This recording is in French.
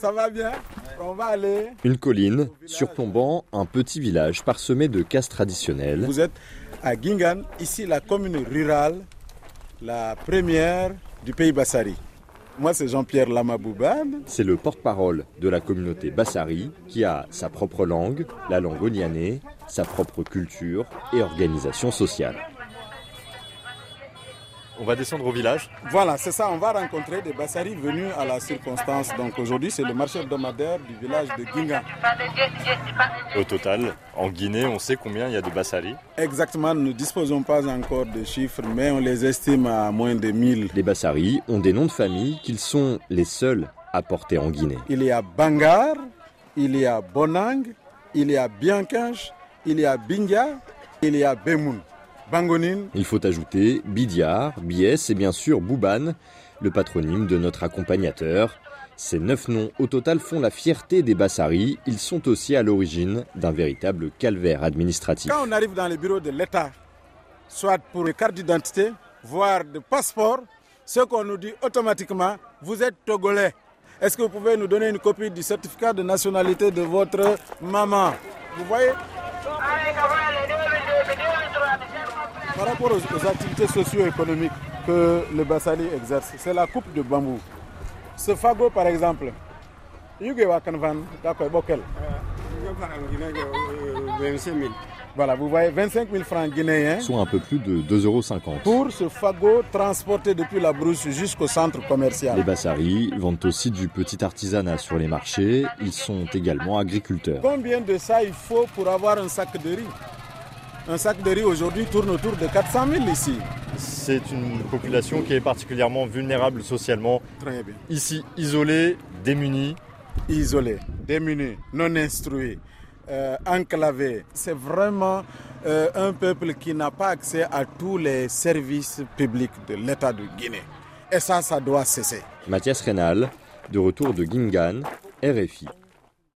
Ça va bien On va aller. Une colline surplombant un petit village parsemé de cases traditionnelles. Vous êtes à Guingamp, ici la commune rurale, la première du pays Bassari. Moi, c'est Jean-Pierre Lamaboubane. C'est le porte-parole de la communauté Bassari qui a sa propre langue, la langue onianée, sa propre culture et organisation sociale. On va descendre au village. Voilà, c'est ça, on va rencontrer des Bassari venus à la circonstance. Donc aujourd'hui, c'est le marché hebdomadaire du village de Guingamp. Au total, en Guinée, on sait combien il y a de Bassari. Exactement, nous ne disposons pas encore de chiffres, mais on les estime à moins de 1000. Les Bassari ont des noms de famille qu'ils sont les seuls à porter en Guinée. Il y a Bangar, il y a Bonang, il y a Biancanche, il y a Binga, il y a Bemoun. Bangonine, Il faut ajouter Bidiard, Biès et bien sûr Boubane, le patronyme de notre accompagnateur. Ces neuf noms au total font la fierté des Bassari. Ils sont aussi à l'origine d'un véritable calvaire administratif. Quand on arrive dans les bureaux de l'État, soit pour les cartes d'identité, voire de passeport, ce qu'on nous dit automatiquement, vous êtes togolais. Est-ce que vous pouvez nous donner une copie du certificat de nationalité de votre maman Vous voyez, par rapport aux, aux activités socio-économiques que le Bassali exerce, c'est la coupe de bambou. Ce fagot, par exemple, Yuge Wakanvan, d'accord, Bokel. Voilà, vous voyez, 25 000 francs guinéens Soit un peu plus de 2,50 euros. pour ce fagot transporté depuis la brousse jusqu'au centre Les commercial. Bassari vendent aussi du petit artisanat sur les marchés. Ils sont également agriculteurs. Combien de ça il faut pour avoir un sac de riz Un sac de riz aujourd'hui tourne autour de 400 000 ici. C'est une population qui est particulièrement vulnérable socialement. Très bien. Ici, isolée, démunie. isolés, démunis, non instruits, euh, enclavés. C'est vraiment euh, un peuple qui n'a pas accès à tous les services publics de l'État de Guinée. Et ça, ça doit cesser. Mathias Rénal, de retour de Guingamp, RFI.